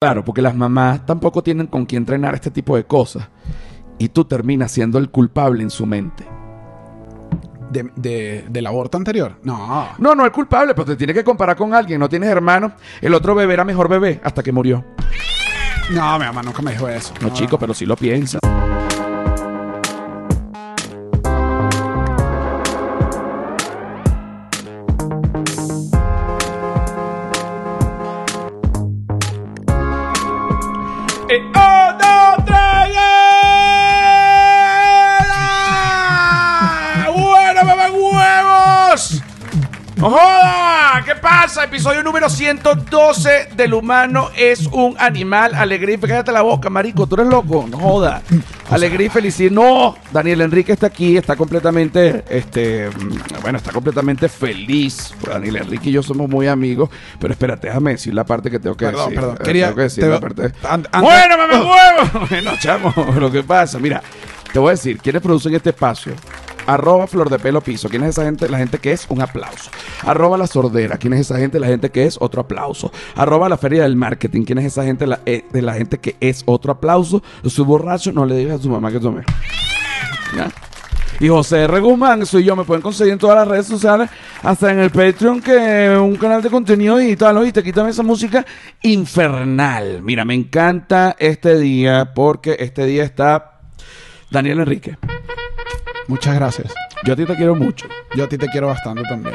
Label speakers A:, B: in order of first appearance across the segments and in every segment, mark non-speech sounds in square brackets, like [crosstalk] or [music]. A: Claro, porque las mamás tampoco tienen con quién entrenar este tipo de cosas. Y tú terminas siendo el culpable en su mente.
B: De, de- del aborto anterior. No.
A: No, no es culpable, pero te tienes que comparar con alguien. No tienes hermano. El otro bebé era mejor bebé hasta que murió.
B: No, mi mamá nunca me dijo eso.
A: No, chico, pero si lo piensas. Eh, ¡Uno, tres, eh! ¡Bueno, mamá huevos! ¡No joda! ¿Qué pasa? Episodio número 112 del humano es un animal. Alegría y fe- cállate la boca, marico. Tú eres loco. No joda. Alegría y felicidad. No, Daniel Enrique está aquí, está completamente, este, mm, bueno, está completamente feliz. Daniel Enrique y yo somos muy amigos. Pero espérate, déjame decir la parte que tengo que
B: Perdón,
A: decir.
B: perdón.
A: Eh,
B: Quería-
A: tengo que decir
B: te-
A: la parte.
B: an- antes-
A: Bueno, mamá huevo. [laughs] Bueno, chamo, lo que pasa, mira, te voy a decir, ¿quiénes producen este espacio? Arroba Flor de Pelo Piso. ¿Quién es esa gente? La gente que es un aplauso. Arroba La Sordera. ¿Quién es esa gente? La gente que es otro aplauso. Arroba La Feria del Marketing. ¿Quién es esa gente? La, eh, de la gente que es otro aplauso. Yo soy borracho, no le digas a su mamá que tomé. ¿Ya? Y José R. Guzmán, soy yo, me pueden conseguir en todas las redes sociales, hasta en el Patreon, que es un canal de contenido digital, oíste, quítame esa música infernal. Mira, me encanta este día, porque este día está Daniel Enrique.
B: Muchas gracias.
A: Yo a ti te quiero mucho.
B: Yo a ti te quiero bastante también.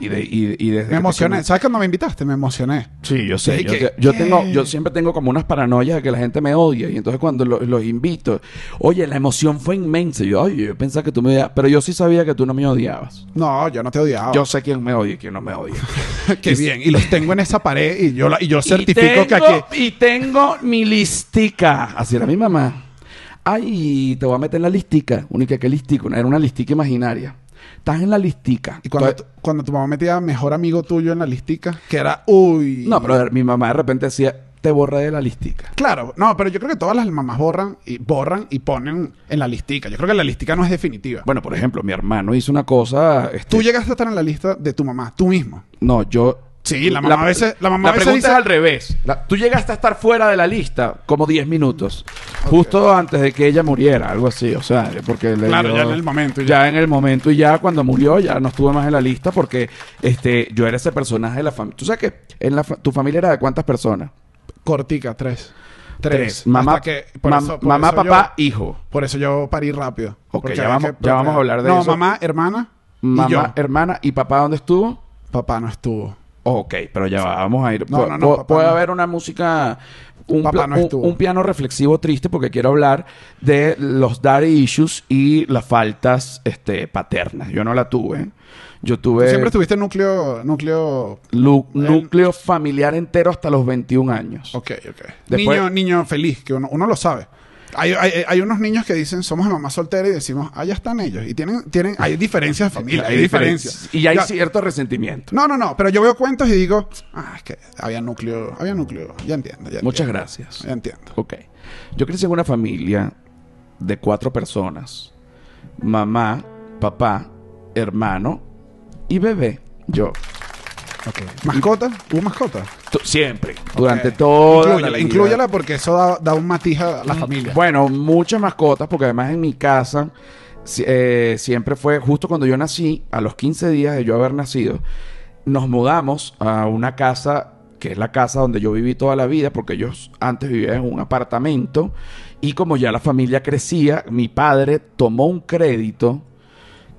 A: Y, de, y, y desde que
B: Me
A: te
B: emocioné.
A: conocí-
B: ¿Sabes cuando me invitaste? Me emocioné.
A: Sí, yo sé.
B: Sí,
A: yo,
B: que-
A: sé. Yo
B: ¿qué?
A: tengo, yo siempre tengo como unas paranoias de que la gente me odia. Y entonces cuando lo- los invito, oye, la emoción fue inmensa. Yo, oye, yo pensaba que tú me odiabas. Pero yo sí sabía que tú no me odiabas.
B: No, yo no te odiaba.
A: Yo sé quién me odia y quién no me [laughs] odia.
B: Qué bien. Y los tengo en esa pared y yo, la- y yo certifico
A: y
B: que
A: tengo,
B: aquí.
A: Y tengo mi listica. Así era mi mamá. Ay, te voy a meter en la listica. Única que listica. Era una listica imaginaria. Estás en la listica.
B: Y cuando,
A: Entonces-
B: tu- cuando tu mamá metía mejor amigo tuyo en la listica, que era, uy.
A: No, pero mi mamá de repente decía, te borré de la listica.
B: Claro, no, pero yo creo que todas las mamás borran y borran y ponen en la listica. Yo creo que la listica no es definitiva.
A: Bueno, por ejemplo, mi hermano hizo una cosa. este,
B: tú llegaste a estar en la lista de tu mamá, tú mismo.
A: No, yo.
B: Sí, la mamá a veces- la mamá a veces
A: pregunta
B: dice-
A: es al revés. La- tú llegaste a estar fuera de la lista como 10 minutos, justo antes de que ella muriera, algo así, o sea, porque le
B: Claro,
A: dio-
B: ya en el momento y
A: ya. en el momento y ya cuando murió ya no estuve más en la lista porque este yo era ese personaje de la familia. ¿Tú sabes que en la fa- tu familia era de cuántas personas?
B: Cortica, tres. Tres.
A: Mamá,
B: Hasta que- por
A: mam-
B: eso- por
A: mamá,
B: eso yo-
A: papá, hijo.
B: por eso yo parí rápido.
A: Ok,
B: Porque
A: ya
B: había
A: vamos-
B: que
A: ya vamos a hablar de
B: no,
A: eso.
B: mamá, hermana y yo.
A: Mamá, hermana y papá ¿dónde estuvo?
B: papá no estuvo.
A: Oh, Ok, pero ya va, vamos a ir.
B: No,
A: Pu-
B: no, no,
A: pu-
B: papá,
A: puede
B: no.
A: haber una música, un,
B: Papá
A: pla-
B: no
A: un-
B: estuvo.
A: un piano reflexivo triste porque quiero hablar de los daddy issues y las faltas este, paternas. Yo no la tuve. Yo tuve
B: Siempre estuviste núcleo, núcleo...
A: lu- núcleo familiar entero hasta los 21 años.
B: Ok, ok.
A: Después-
B: niño, niño feliz, que uno, uno lo sabe. Hay, hay, hay unos niños que dicen, somos mamá soltera y decimos, allá están ellos. Y tienen, tienen, hay
A: [laughs]
B: diferencias de familia, hay diferencias.
A: Y hay
B: Ya-
A: cierto resentimiento.
B: No, no, no, pero yo veo cuentos y digo, ah, es que había núcleo, había núcleo. Ya entiendo, ya
A: Muchas
B: entiendo,
A: gracias.
B: Ya entiendo.
A: Ok. Yo crecí en una familia de cuatro personas. Mamá, papá, hermano y bebé. Yo.
B: ¿Mascota? ¿Hubo mascota?
A: Tu- siempre. Durante
B: Ok.
A: toda
B: Inclúyela,
A: la Mm, vida.
B: inclúyela porque eso da, da un matiz a la familia.
A: Bueno, muchas mascotas, porque además en mi casa si- eh, siempre fue, justo cuando yo nací, a los 15 días de yo haber nacido, nos mudamos a una casa que es la casa donde yo viví toda la vida, porque yo antes vivía en un apartamento, y como ya la familia crecía, mi padre tomó un crédito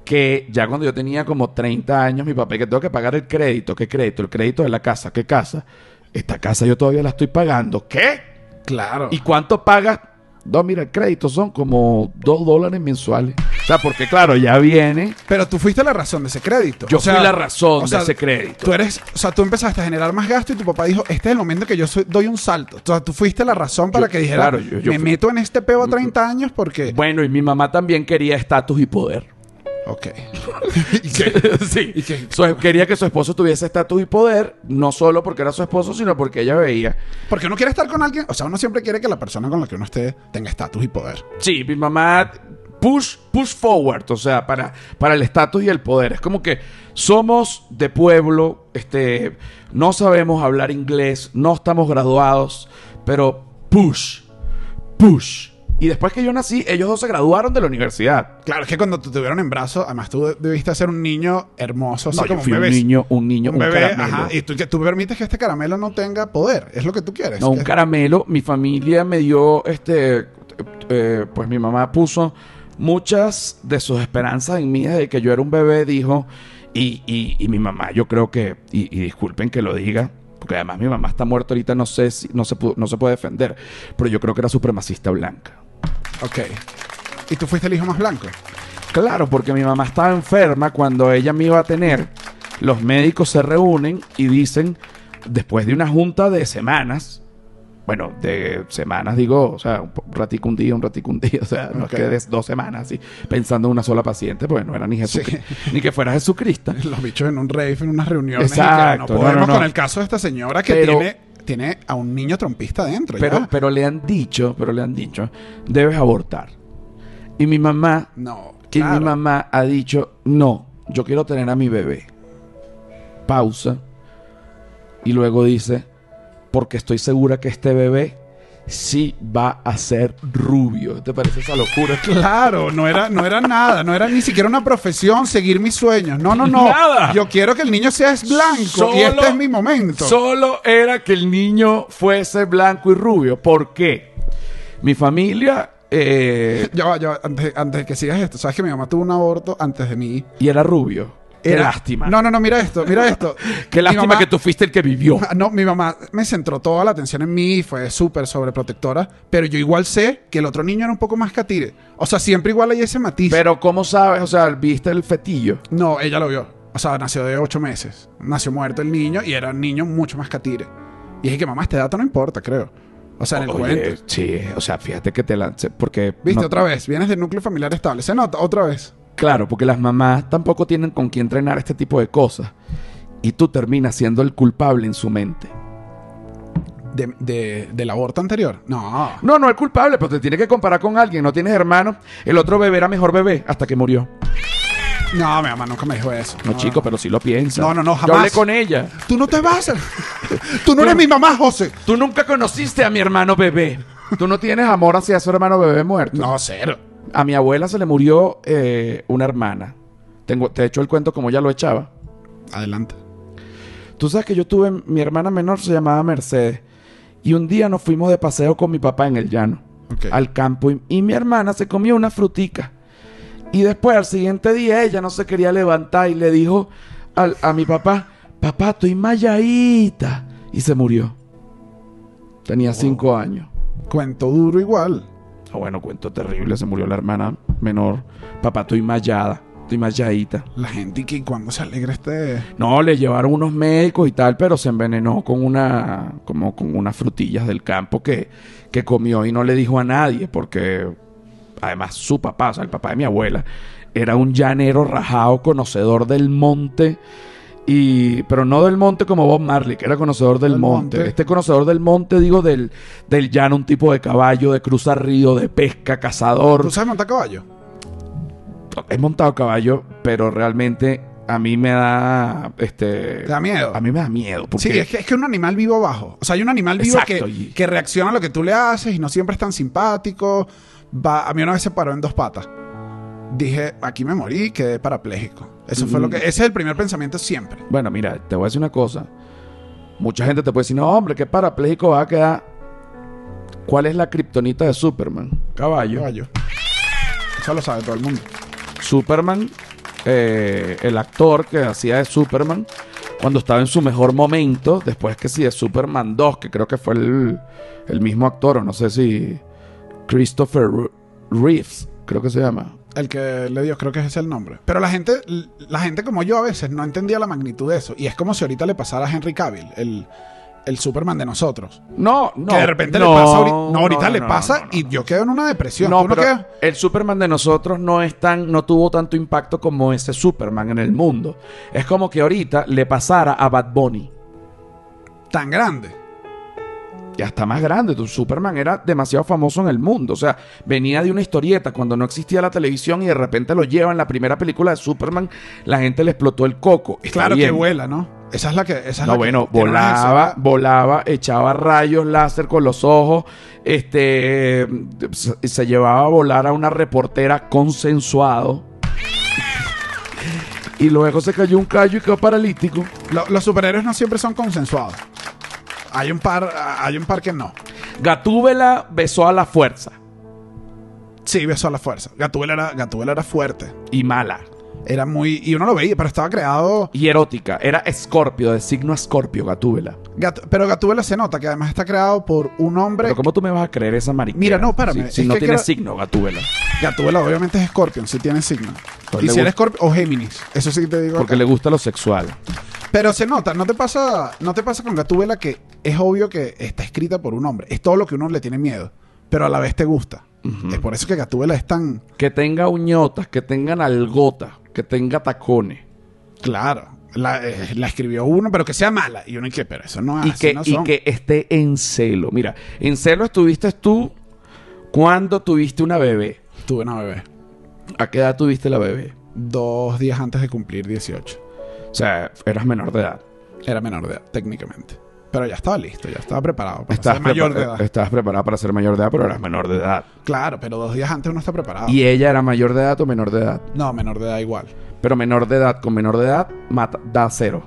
A: que ya cuando yo tenía como 30 años, mi papá, que tengo que pagar el crédito, ¿qué crédito? El crédito de la casa, ¿qué casa? Esta casa yo todavía la estoy pagando, ¿qué?
B: claro.
A: ¿Y cuánto pagas? No, mira, el crédito son como dos dólares mensuales. O sea, porque claro, ya viene.
B: pero tú fuiste la razón de ese crédito.
A: Yo
B: O sea,
A: fui la razón
B: o
A: de
B: sea,
A: ese crédito.
B: Tú eres, o sea, tú empezaste a generar más gasto y tu papá dijo, este es el momento que yo soy- doy un salto. O sea, tú fuiste la razón para
A: Yo-
B: que dijera,
A: claro, yo- yo
B: me
A: fui-
B: meto en este peo a 30 años porque...
A: Bueno, y mi mamá también quería estatus y poder.
B: Ok. ¿Y qué?
A: [laughs] sí.
B: ¿Y qué?
A: Su- quería que su esposo tuviese estatus y poder, no solo porque era su esposo, sino porque ella veía.
B: Porque uno quiere estar con alguien, o sea, uno siempre quiere que la persona con la que uno esté tenga estatus y poder.
A: Sí, mi mamá push, push forward, o sea, para, para el estatus y el poder. Es como que somos de pueblo, este, no sabemos hablar inglés, no estamos graduados, Pero push, push. Y después que yo nací, ellos dos se graduaron de la universidad.
B: Claro, es que cuando te tuvieron en brazos, además tú debiste ser un niño hermoso, o sea,
A: No, yo
B: como
A: fui
B: un
A: un
B: bebé.
A: niño, un niño,
B: un
A: un
B: bebé,
A: caramelo.
B: ajá. Y tú, que tú permites que este caramelo no tenga poder. Es lo que tú quieres.
A: No, un
B: Que-
A: caramelo. Mi familia me dio, este, eh, pues mi mamá puso muchas de sus esperanzas en mí desde que yo era un bebé, dijo, y, y- y mi mamá, yo creo que, y, y disculpen que lo diga, porque además mi mamá está muerta ahorita, no sé si, no se, pudo- no se puede defender, pero yo creo que era supremacista blanca.
B: Ok. Y tú fuiste el hijo más blanco. [laughs]
A: Claro, porque mi mamá estaba enferma cuando ella me iba a tener. Los médicos se reúnen y dicen, después de una junta de semanas, bueno, de semanas digo, o sea, un po- un ratico un día, un ratico un día, [laughs] o sea, no
B: Ok.
A: es que des- dos semanas así, pensando en una sola paciente, porque no era ni Jesucristo, [laughs] ni que fuera Jesucristo.
B: Los bichos en un rave, en unas reuniones. y que
A: Exacto,
B: no
A: no,
B: podemos
A: no, no.
B: con el caso de esta señora que
A: Pero-
B: tiene, tiene a un niño trompista adentro.
A: Pero,
B: ya.
A: pero le han dicho, pero le han dicho, debes abortar. Y mi mamá,
B: no.
A: que
B: claro.
A: mi mamá ha dicho, no, yo quiero tener a mi bebé. Pausa. Y luego dice, porque estoy segura que este bebé sí va a ser rubio. ¿Te parece esa locura?
B: [laughs] Claro, no era, no era nada, no era ni siquiera una profesión seguir mis sueños. No, no, no.
A: Nada.
B: Yo quiero que el niño sea es blanco y
A: Solo-
B: este es mi momento.
A: Solo era que el niño fuese blanco y rubio. ¿Por qué? Mi familia... eh,
B: Ya va, ya va, antes, antes de que sigas esto, sabes que mi mamá tuvo un aborto antes de mí.
A: y era rubio. Qué
B: Era-
A: lástima.
B: No, no, no, mira esto, mira esto.
A: [laughs] Qué
B: Mi
A: lástima
B: mamá-
A: que tú fuiste el que
B: [laughs]
A: vivió.
B: No, mi mamá me centró toda la atención en mí, fue súper sobreprotectora, pero yo igual sé que el otro niño era un poco más catire. O sea, siempre igual hay ese matiz.
A: Pero ¿cómo sabes? O sea, viste el fetillo.
B: no, ella lo vio. O sea, nació de ocho meses. Nació muerto el niño y era un niño mucho más catire. Y dije que mamá, este dato no importa, creo. O sea, en el
A: Oye,
B: cuento.
A: sí, o sea, fíjate que te lancé porque...
B: Viste,
A: no-
B: otra vez, vienes del núcleo familiar estable. Se nota, otra vez.
A: Claro, porque las mamás tampoco tienen con quién entrenar este tipo de cosas. Y tú terminas siendo el culpable en su mente.
B: De, de- del aborto anterior. No.
A: No, no el culpable, pero te tienes que comparar con alguien. No tienes hermano. El otro bebé era mejor bebé hasta que murió.
B: No, mi mamá nunca me dijo eso.
A: No, chico, pero sí lo piensas.
B: No, no, no,
A: Yo
B: jamás.
A: hablé con ella.
B: Tú no te vas. [laughs] Tú no eres mi mamá, José.
A: Tú nunca conociste a mi hermano bebé. Tú no tienes amor hacia su hermano bebé muerto.
B: No, cero.
A: A mi abuela se le murió eh, una hermana. Tengo, te he hecho el cuento como ya lo echaba.
B: Adelante.
A: Tú sabes que yo tuve, mi hermana menor se llamaba Mercedes. Y un día nos fuimos de paseo con mi papá en el llano,
B: Ok.
A: al campo. Y, y mi hermana se comió una frutica. Y después, al siguiente día, ella no se quería levantar y le dijo al- a mi papá, papá, estoy malladita. Y se murió. Tenía cinco años.
B: Cuento duro igual.
A: Ah, bueno, cuento terrible. Se murió la hermana menor. Papá, estoy mallada. Estoy malladita.
B: La gente que cuando se alegra este...
A: No, le llevaron unos médicos y tal, pero se envenenó con una, como con unas frutillas del campo que, que comió y no le dijo a nadie, porque además su papá, o sea, el papá de mi abuela, era un llanero rajado, conocedor del monte. Y, pero no del monte como Bob Marley, que era conocedor del
B: Del
A: monte.
B: monte.
A: Este conocedor del monte, digo, del, del llano, un tipo de caballo, de cruzar río, de pesca, cazador
B: ¿Tú sabes montar caballo?
A: he montado caballo, pero realmente a mí me da este
B: ¿Te da miedo?
A: A mí me da miedo porque
B: Sí, es que es que un animal vivo abajo. O sea, hay un animal vivo
A: Exacto,
B: que,
A: y-
B: que reacciona a lo que tú le haces y no siempre es tan simpático. Va, a mí una vez se paró en dos patas. Dije, aquí me morí, quedé parapléjico. Eso
A: Mm.
B: fue lo que... Ese es el primer pensamiento siempre.
A: bueno, mira, te voy a decir una cosa. Mucha gente te puede decir, "No, hombre, qué parapléjico va a quedar." ¿Cuál es la kriptonita de Superman? Caballo.
B: Caballo. Eso lo sabe todo el mundo.
A: Superman eh, el actor que hacía de Superman cuando estaba en su mejor momento, después que sí de Superman 2, que creo que fue el, el mismo actor o no sé si Christopher Ru- Reeves, creo que se llama.
B: El que le dio, creo que ese es el nombre. Pero la gente, la gente como yo a veces no entendía la magnitud de eso. Y es como si ahorita le pasara a Henry Cavill, el, el Superman de nosotros.
A: No, no.
B: que de repente
A: no,
B: le pasa ahorita. No, ahorita
A: no,
B: le
A: no,
B: pasa
A: no, no,
B: y
A: no.
B: yo quedo en una depresión.
A: No,
B: ¿Tú no
A: pero
B: quedas?
A: el Superman de nosotros no es tan, no tuvo tanto impacto como ese Superman en el mundo. Es como que ahorita le pasara a Bad Bunny.
B: tan grande.
A: Ya está más grande. Tu Superman era demasiado famoso en el mundo. O sea, venía de una historieta cuando no existía la televisión y de repente lo llevan. La primera película de Superman, la gente le explotó el coco. Está
B: Claro que
A: bien.
B: vuela, ¿no? Esa es la que. Esa es la
A: No,
B: que
A: bueno,
B: tiene una
A: volaba,
B: necesidad.
A: volaba, echaba rayos láser con los ojos, este, se, se llevaba a volar a una reportera consensuado. y luego se cayó un callo y quedó paralítico.
B: Lo- los superhéroes no siempre son consensuados. Hay un par, hay un par que no.
A: Gatúbela besó a la fuerza
B: Sí, besó a la fuerza. Gatúbela era, Gatúbela era fuerte.
A: y mala
B: Era muy. Y uno lo veía, pero estaba creado.
A: y erótica. Era escorpio, de signo escorpio, Gatúbela.
B: Gat- pero Gatúbela se nota que además está creado por un hombre.
A: Pero ¿cómo tú me vas a creer esa mariquera?
B: Mira, no, párame,
A: Si, si
B: es
A: no
B: que
A: tiene
B: creo-
A: signo, Gatúbela.
B: Gatúbela obviamente es Scorpion, si tiene signo.
A: Pues
B: Y
A: le
B: si
A: gusta-
B: eres Scorpion o Géminis. Eso sí te digo.
A: Porque
B: acá.
A: le gusta lo sexual.
B: Pero se nota, ¿no te pasa no te pasa con Gatúbela que es obvio que está escrita por un hombre? Es todo lo que uno le tiene miedo, pero a la vez te gusta. Es por eso que Gatúbela es tan...
A: Que tenga uñotas, que tenga nalgotas, que tenga tacones.
B: Claro, la, eh, la escribió uno, pero que sea mala. Y uno, ¿y qué? Pero eso no
A: y,
B: Ah, así
A: que,
B: no
A: y
B: son.
A: que esté en celo. Mira, en celo estuviste tú cuando tuviste una bebé.
B: Tuve una bebé
A: ¿A qué edad tuviste la bebé?
B: dos días antes de cumplir 18.
A: O sea, eras menor de edad.
B: Era menor de edad, técnicamente. Pero ya estaba listo, ya estaba preparado. Para
A: Estabas,
B: ser mayor
A: prepar-
B: de edad.
A: estabas preparada para ser mayor de edad, pero eras menor de edad.
B: Claro, pero dos días antes uno está preparado.
A: Y e- ella era mayor de edad o menor de edad.
B: No, menor de edad igual.
A: Pero menor de edad con menor de edad mata- da cero.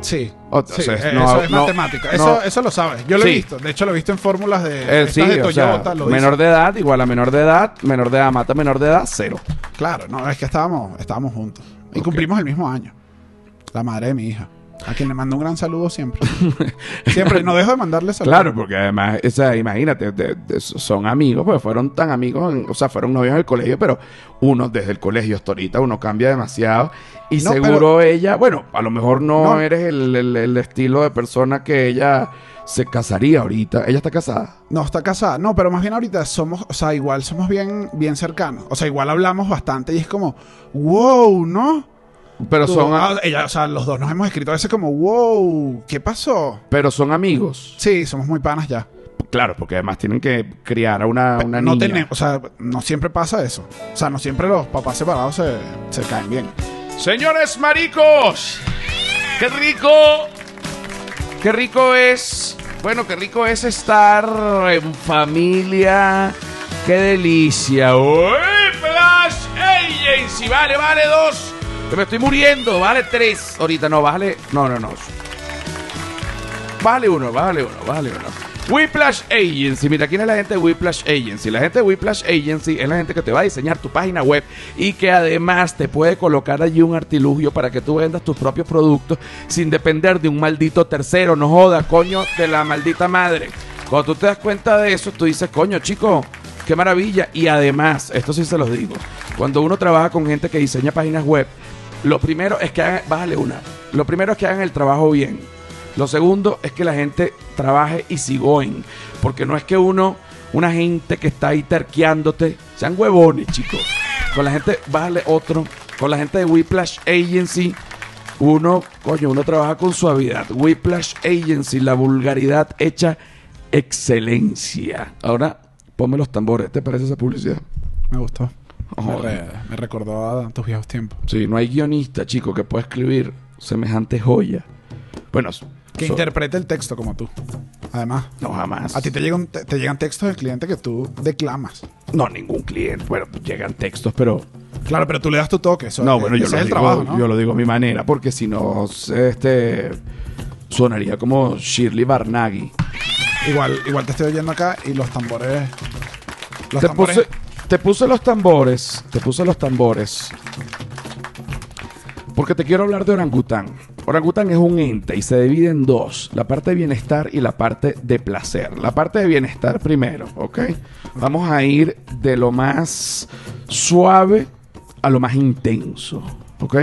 B: Sí.
A: O-
B: sí,
A: o sea,
B: eh,
A: no-
B: eso es
A: no-
B: matemática.
A: no.
B: eso, eso lo sabes. Yo lo
A: Sí.
B: he visto. De hecho, lo he visto en fórmulas de,
A: Eh,
B: estas
A: sí,
B: de
A: o sea,
B: Toyota. lo dice.
A: menor de edad igual a menor de edad, menor de edad mata menor de edad, cero.
B: Claro, no, es que estábamos, estábamos juntos. Y
A: Ok.
B: cumplimos el mismo año. La madre de mi hija. A quien le mando un gran
A: [laughs]
B: saludo siempre. siempre. No dejo de mandarle saludos.
A: Claro, porque además, o sea, imagínate, te- te- son amigos, pues fueron tan amigos, en- o sea, fueron novios en el colegio, pero uno desde el colegio hasta ahorita, uno cambia demasiado. Y
B: No,
A: seguro
B: pero-
A: ella, bueno, a lo mejor no,
B: No.
A: eres el, el- el estilo de persona que ella se casaría ahorita. Ella está casada.
B: No, está casada. No, pero más bien ahorita somos, o sea, igual somos bien, bien cercanos. O sea, igual hablamos bastante y es como, wow, ¿no?
A: Pero son, a-
B: Ah, ella- o sea, los dos nos hemos escrito a veces como, wow, ¿qué pasó?
A: pero son amigos.
B: Sí, somos muy panas ya.
A: Claro, porque además tienen que criar a una, una
B: no
A: niña.
B: tenemos, o sea, no siempre pasa eso. O sea, no siempre los papás separados se, se caen bien.
A: Señores maricos, qué rico, qué rico es, bueno, qué rico es estar en familia, qué delicia. ¡Uy, Flash Agency! Vale, vale, dos. Que Me estoy muriendo, vale tres. Ahorita no, vale, no, no, no. Vale uno, vale uno, vale uno. Whiplash Agency, mira, ¿quién es la gente de Whiplash Agency? La gente de Whiplash Agency es la gente que te va a diseñar tu página web y que además te puede colocar allí un artilugio para que tú vendas tus propios productos sin depender de un maldito tercero, no joda, coño de la maldita madre. Cuando tú te das cuenta de eso, tú dices, coño, chico, Qué maravilla. Y además, esto sí se los digo, cuando uno trabaja con gente que diseña páginas web, lo primero es que hagan, bájale una, lo primero es que hagan el trabajo bien. Lo segundo es que la gente trabaje y sigoen. Porque no es que uno, una gente que está ahí terqueándote, sean huevones, chicos. Con la gente, bájale otro. Con la gente de Whiplash Agency, uno, coño, uno trabaja con suavidad. Whiplash Agency, la vulgaridad hecha excelencia. Ahora, ponme los tambores. ¿Te parece esa publicidad?
B: Me gustó. Me,
A: Oh, Joder.
B: re- me recordó a tus viejos tiempos.
A: Sí, no hay guionista, chico, que pueda escribir semejante joya. Bueno,
B: Que
A: so-
B: interprete el texto como tú. Además,
A: no jamás.
B: a ti te, llega un te- te llegan textos del cliente que tú declamas.
A: No, ningún cliente. Bueno, pues llegan textos, pero...
B: Claro, pero tú le das tu toque. Eso,
A: No,
B: eh,
A: bueno, yo lo,
B: ese es el
A: digo,
B: trabajo, ¿no?
A: yo lo digo a mi manera, porque si no, este... Sonaría como Shirley Barnaghi.
B: Igual, igual te estoy oyendo acá y los tambores. Los
A: Te
B: tambores.
A: puse, te puse los tambores. Te puse los tambores. Porque te quiero hablar de orangután. Orangután es un ente y se divide en dos: la parte de bienestar y la parte de placer. La parte de bienestar primero, ¿ok? Vamos a ir de lo más suave a lo más intenso, ¿ok?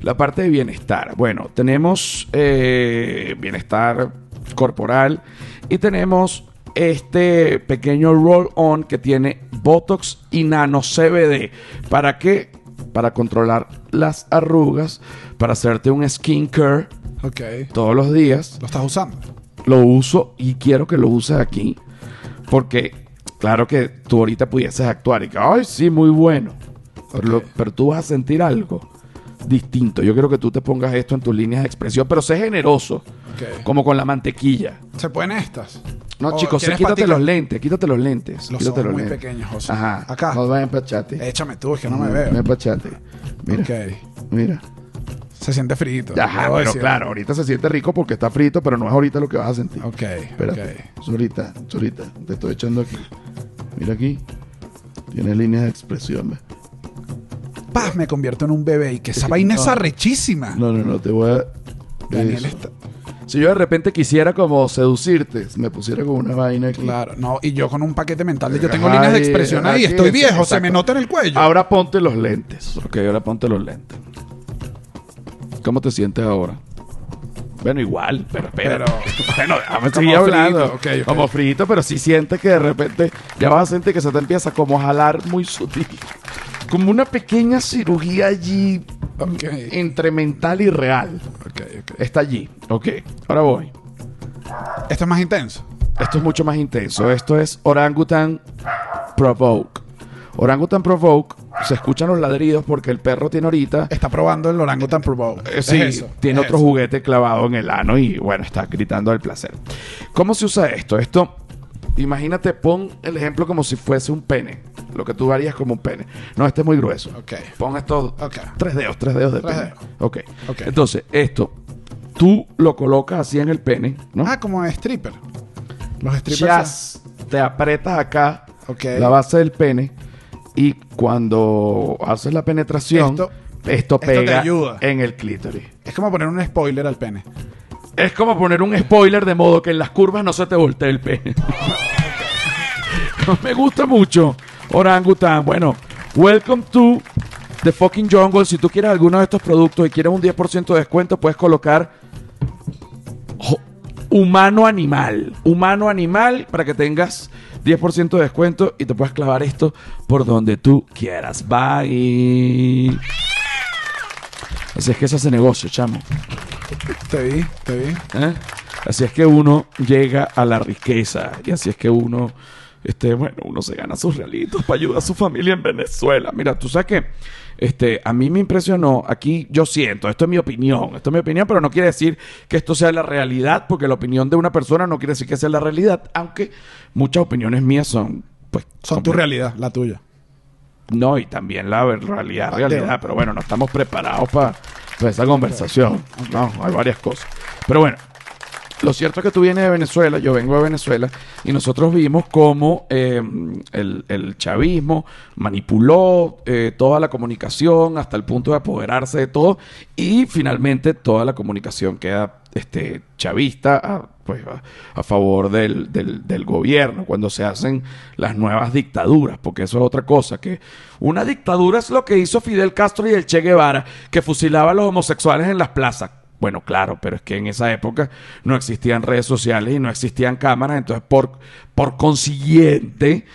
A: La parte de bienestar. Bueno, tenemos eh, bienestar corporal y tenemos este pequeño roll-on que tiene Botox y Nano CBD. ¿Para qué? para controlar las arrugas, para hacerte un skincare
B: Ok.
A: todos los días.
B: Lo estás usando.
A: Lo uso y quiero que lo uses aquí porque claro que tú ahorita pudieses actuar y que, ay, sí, muy bueno. Pero, lo-
B: Ok.
A: pero tú vas a sentir algo. distinto. Yo quiero que tú te pongas esto en tus líneas de expresión, pero sé generoso,
B: Ok.
A: como con la mantequilla.
B: ¿Se pueden estas?
A: No,
B: ¿O
A: chicos, sí,
B: Oh, quieres
A: quítate
B: patica?
A: los lentes, quítate los lentes.
B: Los
A: quítate
B: ojos muy
A: lentes.
B: pequeños, José.
A: Ajá.
B: Acá.
A: No vayan para chate.
B: Échame tú, es que no me veo.
A: Ven para chate. Mm, Mira,
B: Ok.
A: mira.
B: Se siente frito.
A: Ajá,
B: debo
A: pero
B: decirlo.
A: claro, ahorita se siente rico porque está frito, pero no es ahorita lo que vas a sentir.
B: Ok,
A: Espérate, Zurita, Zurita, te estoy echando aquí. Mira aquí. Tienes líneas de expresión. ¿ves?
B: ok. Paz, me convierto en un bebé y que esa vaina es arrechísima.
A: No, no, no, te voy a.
B: Daniel
A: Eso.
B: está...
A: Si yo de repente quisiera como seducirte, me pusiera con una vaina aquí.
B: Claro, no, y yo con un paquete mental de yo tengo
A: Ay,
B: líneas de expresión ahí,
A: aquí,
B: estoy viejo, se
A: exacto.
B: me nota en el cuello.
A: Ahora ponte los lentes. Ok, ahora ponte los lentes. ¿Cómo te sientes ahora? Bueno, igual, pero espera.
B: Pero-
A: bueno, déjame
B: Como
A: seguir Ah, pues hablando.
B: frito, ok, ok.
A: Como frito, pero si sientes que de repente ya vas a sentir que se te empieza como a jalar muy sutil. Como una pequeña cirugía allí
B: Ok.
A: entre mental y real.
B: Ok, ok.
A: Está allí. Ok, ahora voy.
B: Esto es más intenso.
A: Esto es mucho más intenso. Esto es Orangutan Provoke. Orangutan Provoke. Se escuchan los ladridos porque el perro tiene ahorita.
B: Está probando el orangutan Provo.
A: eh, sí, tiene otro juguete clavado en el ano y bueno, está gritando al placer. ¿Cómo se usa esto? Esto, imagínate, pon el ejemplo como si fuese un pene. Lo que tú harías como un pene. No, este es muy grueso.
B: Ok.
A: Pon estos
B: Ok.
A: tres dedos, tres dedos de
B: Tres
A: pene.
B: dedos.
A: Ok.
B: Ok.
A: Entonces, esto, tú lo colocas así en el pene, ¿no?
B: Ah, como stripper. Los strippers.
A: Chas, te aprietas acá
B: Ok.
A: la base del pene y cuando haces la penetración,
B: Esto-
A: esto,
B: te
A: pega
B: ayuda.
A: en el clítoris.
B: Es como poner un spoiler al pene.
A: Es como poner un spoiler de modo que en las curvas no se te voltee el pene. [laughs] Me gusta mucho Orangutan. Bueno, welcome to the fucking jungle. Si tú quieres alguno de estos productos y quieres un 10% de descuento, puedes colocar jo- humano animal. Humano animal para que tengas 10% de descuento y te puedas clavar esto por donde tú quieras. Bye. Así es que se hace negocio, chamo.
B: Te vi, te vi.
A: ¿eh? Así es que uno llega a la riqueza y así es que uno, este, bueno, uno se gana sus realitos para ayudar a su familia en Venezuela. Mira, tú sabes que este, a mí me impresionó, aquí yo siento, esto es mi opinión, esto es mi opinión, pero no quiere decir que esto sea la realidad, porque la opinión de una persona no quiere decir que sea la realidad, aunque muchas opiniones mías son, pues,
B: Son tu realidad, la tuya.
A: no, y también la ver- realidad,
B: Mateo.
A: realidad. Pero bueno, no estamos preparados para esa conversación. No, hay varias cosas. Pero bueno, lo cierto es que tú vienes de Venezuela, yo vengo de Venezuela, y nosotros vimos cómo eh, el, el chavismo manipuló eh, toda la comunicación hasta el punto de apoderarse de todo, y finalmente toda la comunicación queda este, chavista a, pues, a, a favor del, del- del gobierno, cuando se hacen las nuevas dictaduras, porque eso es otra cosa, que una dictadura es lo que hizo Fidel Castro y el Che Guevara, que fusilaba a los homosexuales en las plazas. Bueno, claro, pero es que en esa época no existían redes sociales y no existían cámaras, entonces por, por consiguiente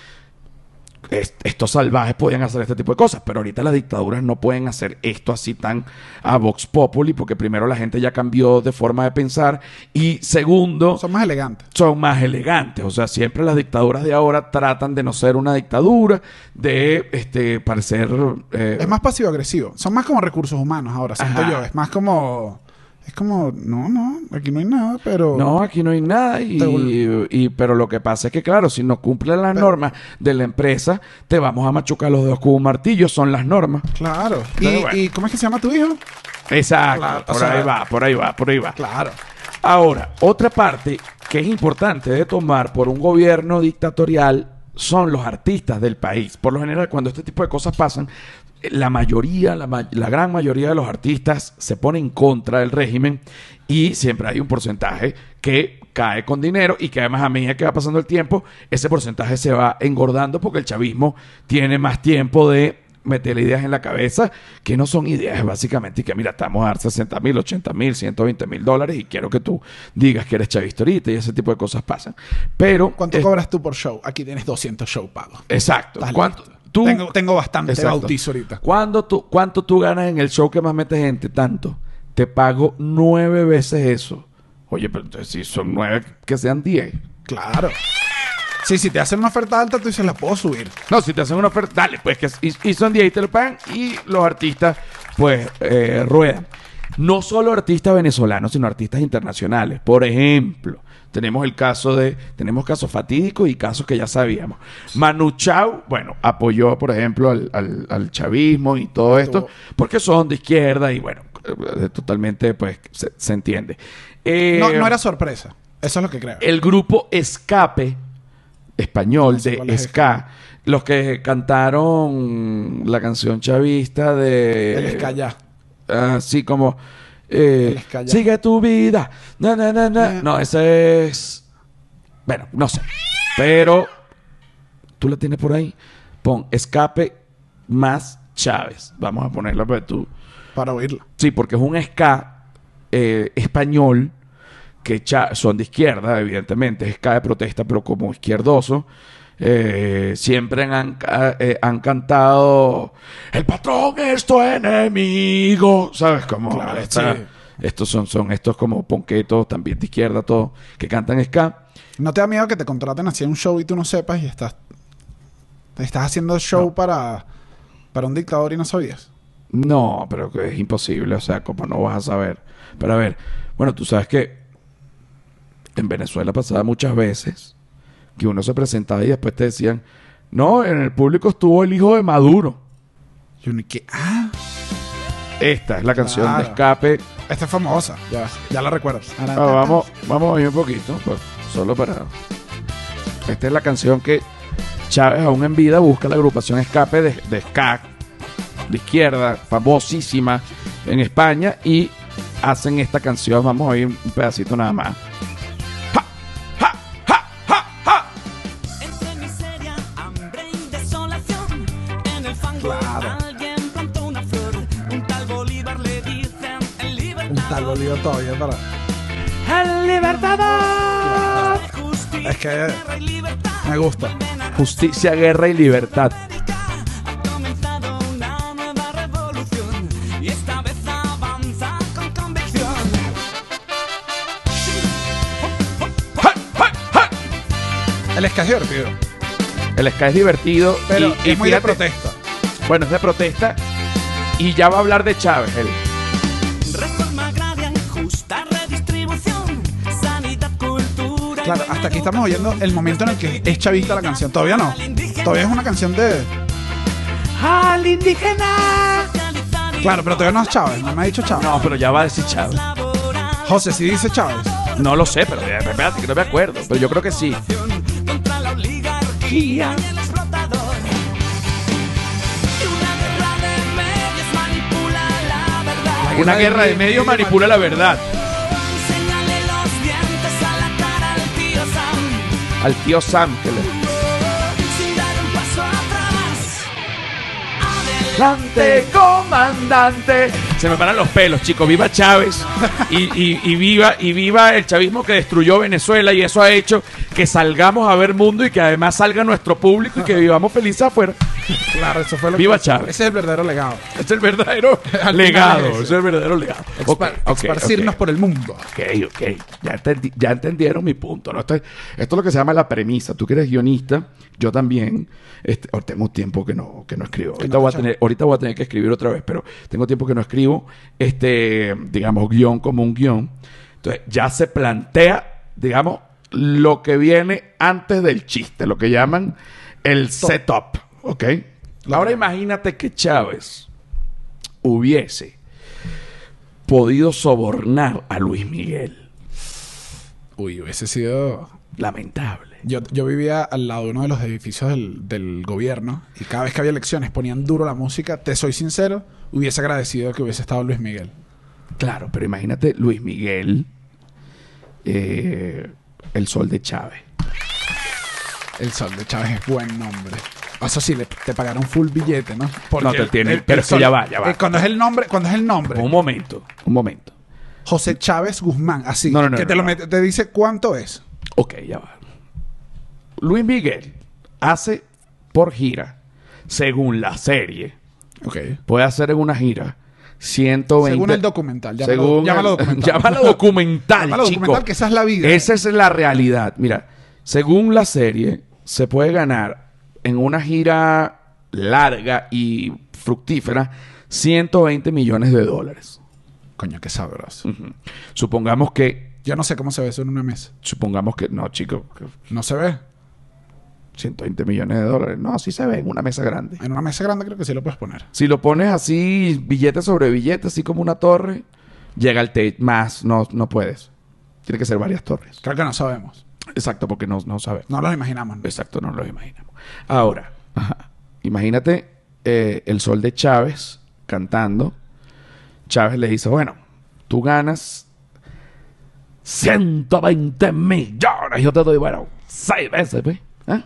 A: est- estos salvajes podían hacer este tipo de cosas, pero ahorita las dictaduras no pueden hacer esto así tan a Vox Populi, porque primero la gente ya cambió de forma de pensar y segundo
B: Son más elegantes.
A: son más elegantes. O sea, siempre las dictaduras de ahora tratan de no ser una dictadura, de este parecer... eh,
B: Es más pasivo-agresivo. Son más como recursos humanos ahora, siento
A: Ajá.
B: yo. Es más como. Es como. No, no, aquí no hay nada, pero.
A: No, aquí no hay nada. Y,
B: Te vol-
A: y- pero lo que pasa es que, claro, si no cumplen las
B: Pero-
A: normas de la empresa, te vamos a machucar los dedos con un martillo. Son las normas.
B: Claro. ¿Y,
A: Pero bueno.
B: y cómo es que se llama tu hijo?
A: Exacto.
B: Claro, o
A: por
B: sea-
A: ahí va, por ahí va, por ahí va.
B: Claro.
A: Ahora, otra parte que es importante de tomar por un gobierno dictatorial son los artistas del país. Por lo general, cuando este tipo de cosas pasan, eh, la mayoría, la, ma- la gran mayoría de los artistas se ponen contra del régimen y siempre hay un porcentaje que cae con dinero y que además a medida que va pasando el tiempo, ese porcentaje se va engordando porque el chavismo tiene más tiempo de meterle ideas en la cabeza que no son ideas básicamente y que mira, estamos a dar 60 mil, 80 mil, 120 mil dólares y quiero que tú digas que eres chavista ahorita y ese tipo de cosas pasan. Pero...
B: ¿Cuánto
A: eh,
B: cobras tú por show? Aquí tienes 200 show pagos.
A: Exacto.
B: Estás
A: ¿Cuánto,
B: listo.
A: tú,
B: tengo, tengo bastante
A: Exacto.
B: bautizo ahorita.
A: ¿Cuándo tú, ¿Cuánto tú ganas en el show que más mete gente? Tanto. Te pago nueve veces eso. Oye, pero entonces si son nueve, que sean diez.
B: Claro. Sí, si te hacen una oferta alta, tú dices, la puedo subir.
A: No, si te hacen una oferta, dale, pues que y, y son 10 y te lo pagan. Y los artistas pues eh, ruedan. No solo artistas venezolanos, sino artistas internacionales. Por ejemplo, tenemos el caso de, tenemos casos fatídicos y casos que ya sabíamos. Manu Chao, bueno, apoyó, por ejemplo, al, al- al chavismo y todo esto, porque son de izquierda y bueno, eh, totalmente, pues, se, se entiende. Eh,
B: No, no era sorpresa. Eso es lo que creo.
A: el grupo Escape español
B: sé cuál
A: de
B: es
A: Ska, los que cantaron la canción chavista de
B: El escayá.
A: así como eh,
B: El escayá.
A: sigue tu vida. Na, na, na, na.
B: Eh.
A: No, ese es bueno, no sé. Pero tú la tienes por ahí. Pon Escape más Chávez. Vamos a ponerla para tú.
B: Para oírlo.
A: Sí, porque es un ska eh, español que cha- son de izquierda, evidentemente, es ska de protesta, pero como izquierdoso. eh, siempre han, ca- eh, han cantado El patrón es tu enemigo. ¿Sabes cómo?
B: Claro,
A: Esta-
B: sí.
A: Estos son, son estos como ponquetos, también de izquierda, todos, que cantan ska.
B: ¿No te da miedo que te contraten así en un show y tú no sepas y estás. Estás haciendo show para. Para un dictador y no sabías?
A: No, pero que es imposible, o sea, como no vas a saber. Pero a ver, bueno, tú sabes que en Venezuela pasaba muchas veces que uno se presentaba y después te decían, no, en el público estuvo el hijo de Maduro.
B: Y uno, ¿qué? Ah,
A: Esta es la canción de
B: Claro.
A: escape.
B: esta es famosa. Ya, ya la recuerdas.
A: Ah, vamos, vamos a ir un poquito, pues, solo para... Esta es la canción que Chávez aún en vida busca la agrupación escape de, de ska, de izquierda, famosísima en España, y hacen esta canción. Vamos a oír un pedacito nada más.
C: Entre miseria, hambre y desolación. En el fango
B: Claro.
C: alguien plantó una flor. Un tal Bolívar le dicen el
B: Un tal
C: libertador.
B: Bolívar todavía para.
A: ¡El libertador!
C: Justicia,
B: Es que-
C: guerra y libertad.
B: Me gusta.
C: Vuelven a
A: Justicia, guerra y libertad.
C: América. Ha comenzado una nueva revolución. Y esta vez avanza con convicción.
B: El ska es divertido.
A: El ska es divertido.
B: Pero
A: y, y
B: es muy de
A: fíjate-
B: protesta.
A: Bueno, es de protesta. Y ya va a hablar de Chávez. él.
C: Reforma agraria, justa redistribución. Sanidad, cultura. y
B: Claro,
C: buena
B: hasta aquí estamos oyendo el momento en el que es chavista la canción. Todavía no. Todavía es una canción de.
A: ¡Al indígena!
C: educación.
B: Claro, pero todavía no es Chávez. No me ha dicho Chávez.
A: No, pero ya va a decir Chávez.
B: José, sí dice Chávez.
A: No lo sé, pero eh, espérate, que no me acuerdo. Pero yo creo que sí.
C: Contra la oligarquía y el explotador. Y una guerra de medios manipula la verdad.
A: Una guerra de medios manipula la verdad.
C: Enséñale los dientes a la cara al tío Sam.
A: Al tío Sam que le...
C: Sin dar un paso atrás. Adelante.
A: Comandante, comandante. Se me paran los pelos, chicos. Viva Chávez y, y- y viva y viva el chavismo que destruyó Venezuela y eso ha hecho que salgamos a ver mundo y que además salga nuestro público y que vivamos felices afuera.
B: Claro, eso fue lo
A: Viva
B: que.
A: Chávez.
B: Ese es el verdadero legado.
A: Es el verdadero
B: [laughs] Al final
A: legado.
B: es ese.
A: Es el verdadero legado.
B: Expa-
A: Ok, ok,
B: esparcirnos
A: ok.
B: por el mundo.
A: Ok, ok. Ya, entendi- ya entendieron mi punto. ¿no? Esto, es, esto es lo que se llama la premisa. Tú que eres guionista, yo también. Este, ahora tengo tiempo que no, que no escribo. Ahorita,
B: no
A: voy a
B: te
A: tener, ahorita voy a tener que escribir otra vez, pero tengo tiempo que no escribo, este, digamos, guión como un guión. Entonces, ya se plantea, digamos, lo que viene antes del chiste, lo que llaman el setup. ¿Ok? Ahora imagínate que Chávez hubiese podido sobornar a Luis Miguel.
B: Uy, hubiese sido.
A: Lamentable.
B: Yo, yo vivía al lado de uno de los edificios del, del gobierno y cada vez que había elecciones ponían duro la música. Te soy sincero, hubiese agradecido que hubiese estado Luis Miguel.
A: Claro, pero imagínate Luis Miguel, eh, el sol de Chávez.
B: El Sol de Chávez es buen nombre. O sea, sí, le, te pagaron full billete, ¿no? Porque
A: No, te tiene- pero es que ya va, ya va.
B: eh, cuando es el nombre, cuando es el nombre,
A: Un momento, un momento.
B: José Chávez Guzmán, así.
A: No, no, no,
B: que te
A: no,
B: lo
A: no.
B: mete- te dice cuánto es.
A: Ok, ya va. Luis Miguel hace por gira, según la serie,
B: Ok.
A: puede hacer en una gira 120.
B: Según el documental, llámalo-
A: Según el- [laughs]
B: llámalo documental.
A: llámalo documental,
B: Llámalo
A: chico.
B: documental, que esa es la vida.
A: Esa es la realidad. Mira, según la serie, se puede ganar en una gira larga y fructífera 120 millones de dólares.
B: Coño, qué
A: Mm.
B: sabroso.
A: Supongamos que,
B: Yo no sé cómo se ve eso en una mesa.
A: supongamos que, no, chico, que
B: No se ve.
A: 120 millones de dólares. No, sí se ve en una mesa grande.
B: En una mesa grande creo que sí lo puedes poner.
A: Si lo pones así, billete sobre billete, así como una torre, llega al techo. Más, no, no puedes. Tiene que ser varias torres.
B: Creo que no sabemos.
A: Exacto, porque no, no sabes.
B: No lo imaginamos. ¿no?
A: Exacto, no lo imaginamos. Ahora, ajá, imagínate eh, el sol de Chávez cantando. Chávez le dice, bueno, tú ganas 120 millones. Yo te doy, bueno, seis veces, pues. ¿eh?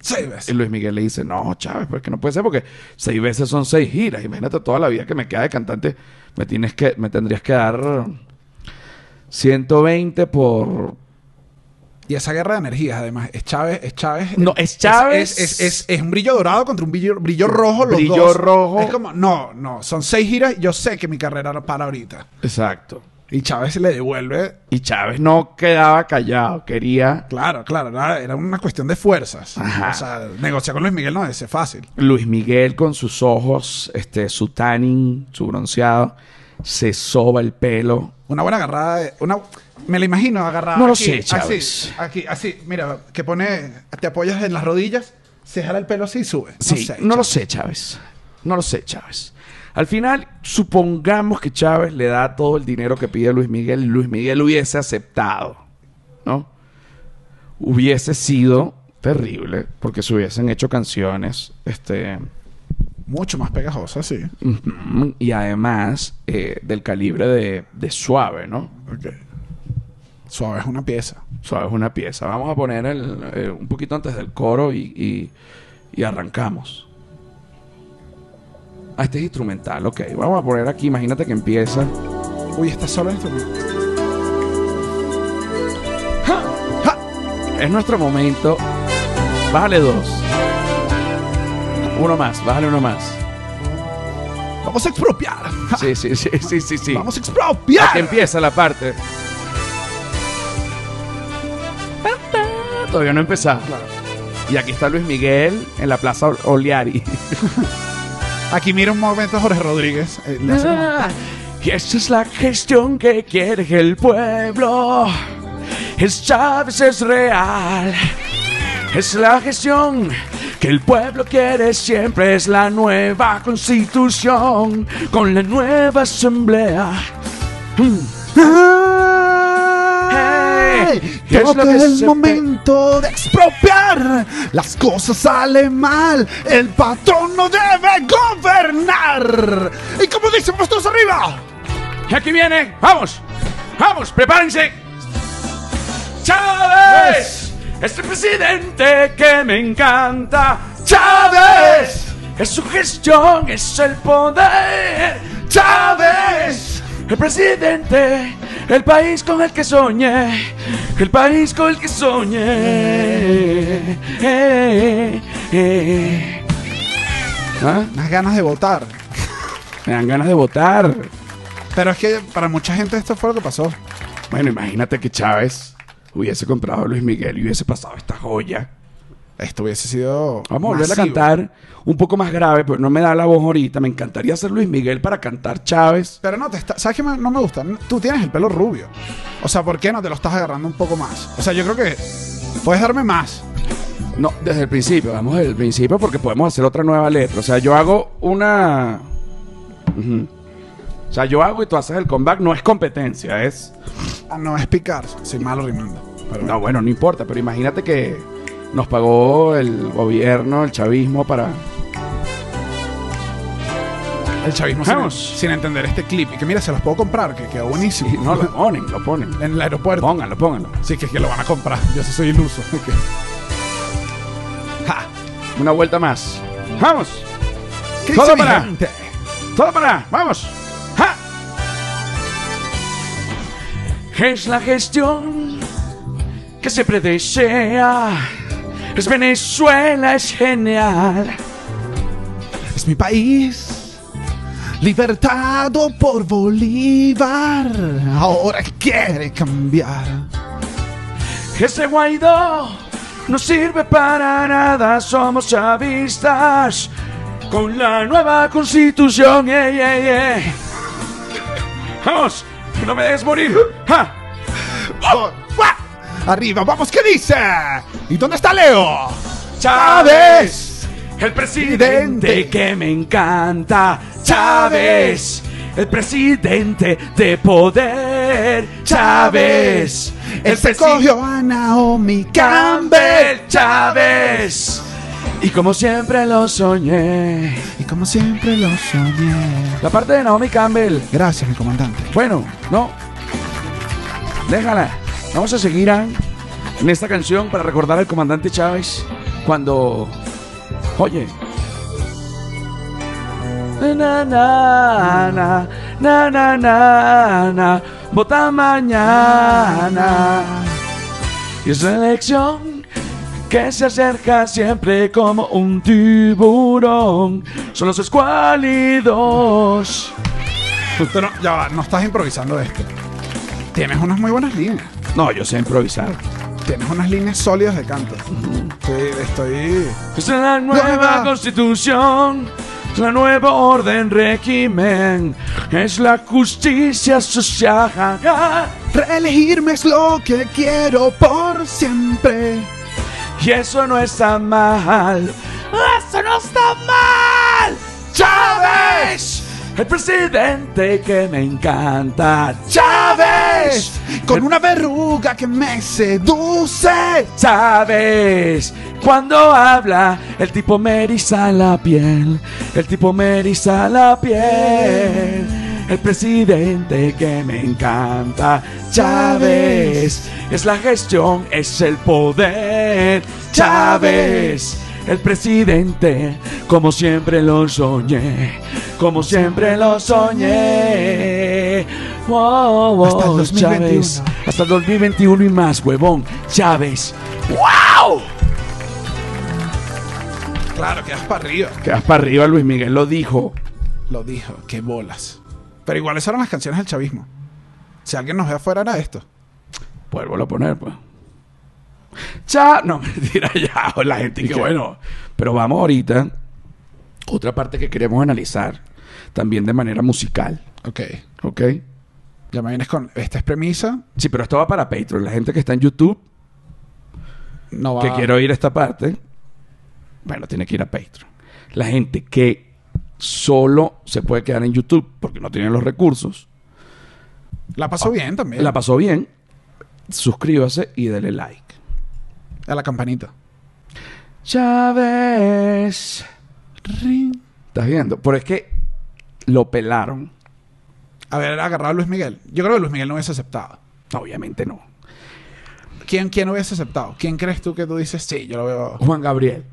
B: Seis
A: Y
B: veces.
A: Luis Miguel le dice, no, Chávez, pero es que no puede ser porque seis veces son seis giras. Imagínate toda la vida que me queda de cantante. Me tienes que, me tendrías que dar 120 por...
B: Y esa guerra de energías, además, es Chávez, es Chávez.
A: No, es Chávez.
B: Es, es, es- es un brillo dorado contra un brillo, brillo rojo. Los
A: Brillo
B: dos.
A: rojo.
B: Es como, no, no, son seis giras. y Yo sé que mi carrera no para ahorita.
A: Exacto.
B: Y Chávez se le devuelve.
A: Y Chávez no quedaba callado, quería...
B: Claro, claro, era era una cuestión de fuerzas.
A: Ajá.
B: O sea, negociar con Luis Miguel no es fácil.
A: Luis Miguel con sus ojos, este, su tanning, su bronceado, se soba el pelo.
B: Una buena agarrada. de- una, me la imagino agarrada.
A: No lo
B: aquí,
A: sé, Chávez.
B: Así, aquí, así. Mira, que pone. Te apoyas en las rodillas, se jala el pelo así y sube.
A: Sí, no, lo sé, Chávez. No lo sé, Chávez. Al final, supongamos que Chávez le da todo el dinero que pide Luis Miguel y Luis Miguel hubiese aceptado, ¿no? Hubiese sido terrible porque se hubiesen hecho canciones, este, [clears throat]
B: Mucho más pegajosa, sí.
A: ujú, y además eh, del calibre de, de Suave, ¿no?
B: Ok. Suave es una pieza.
A: Suave es una pieza. Vamos a poner el, eh, un poquito antes del coro y, y- y arrancamos. Ah, este es instrumental, ok. Vamos a poner aquí, imagínate que empieza.
B: Uy, está solo esto.
A: Es nuestro momento. Bájale dos. Uno más, bájale uno más.
B: Vamos a expropiar. Ja,
A: Sí, sí, sí, sí, sí, sí.
B: Vamos a expropiar.
A: Aquí empieza la parte. Todavía no empezaba. Y aquí está Luis Miguel en la Plaza Ol- Oliari.
B: Aquí mira un momento a Jorge Rodríguez. eh, le hace como-
A: Ah, Y esa es la gestión que quiere el pueblo. Es Chávez, es real. Es la gestión que el pueblo quiere siempre. Es la nueva constitución con la nueva asamblea. Mm. Hey, ¿qué es
B: Todo
A: lo que
B: el
A: se
B: momento de expropiar. Las cosas salen mal. El patrón no debe gobernar. Y como dicen puestos arriba.
A: Y aquí viene, vamos, vamos, prepárense. Chávez es el presidente que me encanta. Chávez es su gestión, es el poder. Chávez, el presidente, el país con el que soñé, el país con el que soñé. Eh, eh. ¿Ah?
B: Unas ganas de votar.
A: Me dan ganas de votar.
B: Pero es que para mucha gente esto fue lo que pasó.
A: Bueno, imagínate que Chávez hubiese comprado a Luis Miguel y hubiese pasado esta joya.
B: Esto hubiese sido.
A: Vamos a volver a
B: masivo.
A: cantar un poco más grave, pues no me da la voz ahorita. Me encantaría ser Luis Miguel para cantar Chávez.
B: Pero no, te está- ¿sabes qué me- no me gusta? No- Tú tienes el pelo rubio. O sea, ¿por qué no te lo estás agarrando un poco más? O sea, yo creo que puedes darme más.
A: No, desde el principio, vamos desde el principio porque podemos hacer otra nueva letra. O sea, yo hago una. Ujú. O sea, yo hago y tú haces el comeback, no es competencia, es.
B: Ah, no, es picar. Soy malo rimando. Pero
A: No, bueno, no importa, pero imagínate que nos pagó el gobierno, el chavismo para. [laughs]
B: El chavismo sin,
A: Vamos.
B: sin entender este clip. Y que mira, se los puedo comprar, que quedó buenísimo.
A: Y no, lo ponen, lo ponen.
B: en el aeropuerto.
A: Pónganlo, pónganlo.
B: Sí, que, que lo van a comprar. Yo sí soy iluso. [laughs]
A: Ja, una vuelta más. ¡Vamos!
B: ¿Qué
A: Todo
B: dice mi
A: para-
B: gente?
A: ¡Todo para! ¡Vamos! ¡Ja! Es la gestión que siempre desea. Es Venezuela, es genial.
B: Es mi país. Libertado por Bolívar. Ahora quiere cambiar.
A: Ese Guaidó no sirve para nada, somos chavistas. Con la nueva constitución, yeah, yeah, yeah. Vamos, no me dejes morir. ¡Ja!
B: ¡Vamos! ¡Guau! Arriba, vamos, ¿qué dice? ¿Y dónde está Leo?
A: Chávez, el presidente que me encanta. Chávez, el presidente de poder. Chávez, Este el
B: Él se
A: presidente
B: Este, cogió a Naomi Campbell.
A: Campbell. Chávez. Y como siempre lo soñé.
B: Y como siempre lo soñé.
A: La parte de Naomi Campbell.
B: Gracias, mi comandante.
A: Bueno, no. Déjala. Vamos a seguir Ann, en esta canción para recordar al comandante Chávez cuando. Oye. Na, na, na, na, na, na, na, vota mañana. Y es la elección que se acerca siempre como un tiburón. Son los escuálidos.
B: Tú no, ya va, no estás improvisando esto. Tienes unas muy buenas líneas.
A: No, yo sé improvisar.
B: Tienes unas líneas sólidas de canto. Estoy. estoy...
A: Es Pues la nueva
B: Nueva.
A: constitución, es la nueva orden régimen, es la justicia social.
B: Reelegirme es lo que quiero por siempre.
A: Y eso no está mal. ¡Eso no está mal! ¡Chávez! El presidente que me encanta. ¡Chávez!
B: Con una verruga que me seduce.
A: Chávez, cuando habla, el tipo me eriza la piel, el tipo me eriza la piel. El presidente que me encanta, Chávez, es la gestión, es el poder, Chávez. El presidente, como siempre lo soñé, como siempre lo soñé. Oh, Wow, wow,
B: Hasta el 2021.
A: Chávez. Hasta el 2021 y más, huevón. Chávez. ¡Wow!
B: Claro, quedas para arriba.
A: Quedas para arriba, Luis Miguel lo dijo.
B: Lo dijo, qué bolas. Pero igual esas eran las canciones del chavismo. Si alguien nos ve afuera era esto.
A: Vuelvo a poner, pues. Cha, no, [laughs] mentira, ya, la gente, que bueno. Pero vamos ahorita. Otra parte que queremos analizar, también de manera musical,
B: Ok.
A: ¿ok?
B: Ya me vienes con. Esta es premisa.
A: Sí, pero esto va para Patreon. La gente que está en YouTube,
B: No va
A: que quiere oír esta parte, bueno, tiene que ir a Patreon. La gente que solo se puede quedar en YouTube porque no tiene los recursos,
B: La pasó bien también.
A: Ah, la pasó bien, suscríbase y dele like.
B: A la campanita.
A: Chávez. Rin. ¿Estás viendo? Pero es que lo pelaron.
B: A ver, agarrar a Luis Miguel. Yo creo que Luis Miguel no hubiese aceptado.
A: Obviamente no.
B: ¿Quién, quién hubiese aceptado? ¿Quién crees tú que tú dices, sí, yo lo veo?
A: Juan Gabriel.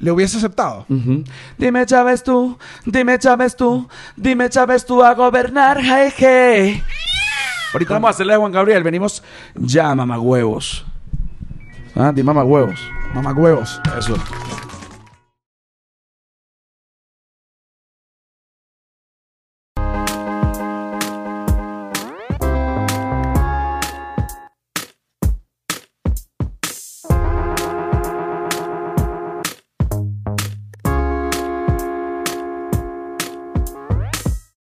B: ¿Le hubiese aceptado?
A: Ujú. Dime Chávez tú, dime Chávez tú, dime Chávez tú a gobernar, jeje. Ahorita vamos a hacerle a Juan Gabriel, venimos ya, mamagüevos. Ah, di mamagüevos.
B: Mamá huevos.
A: Eso.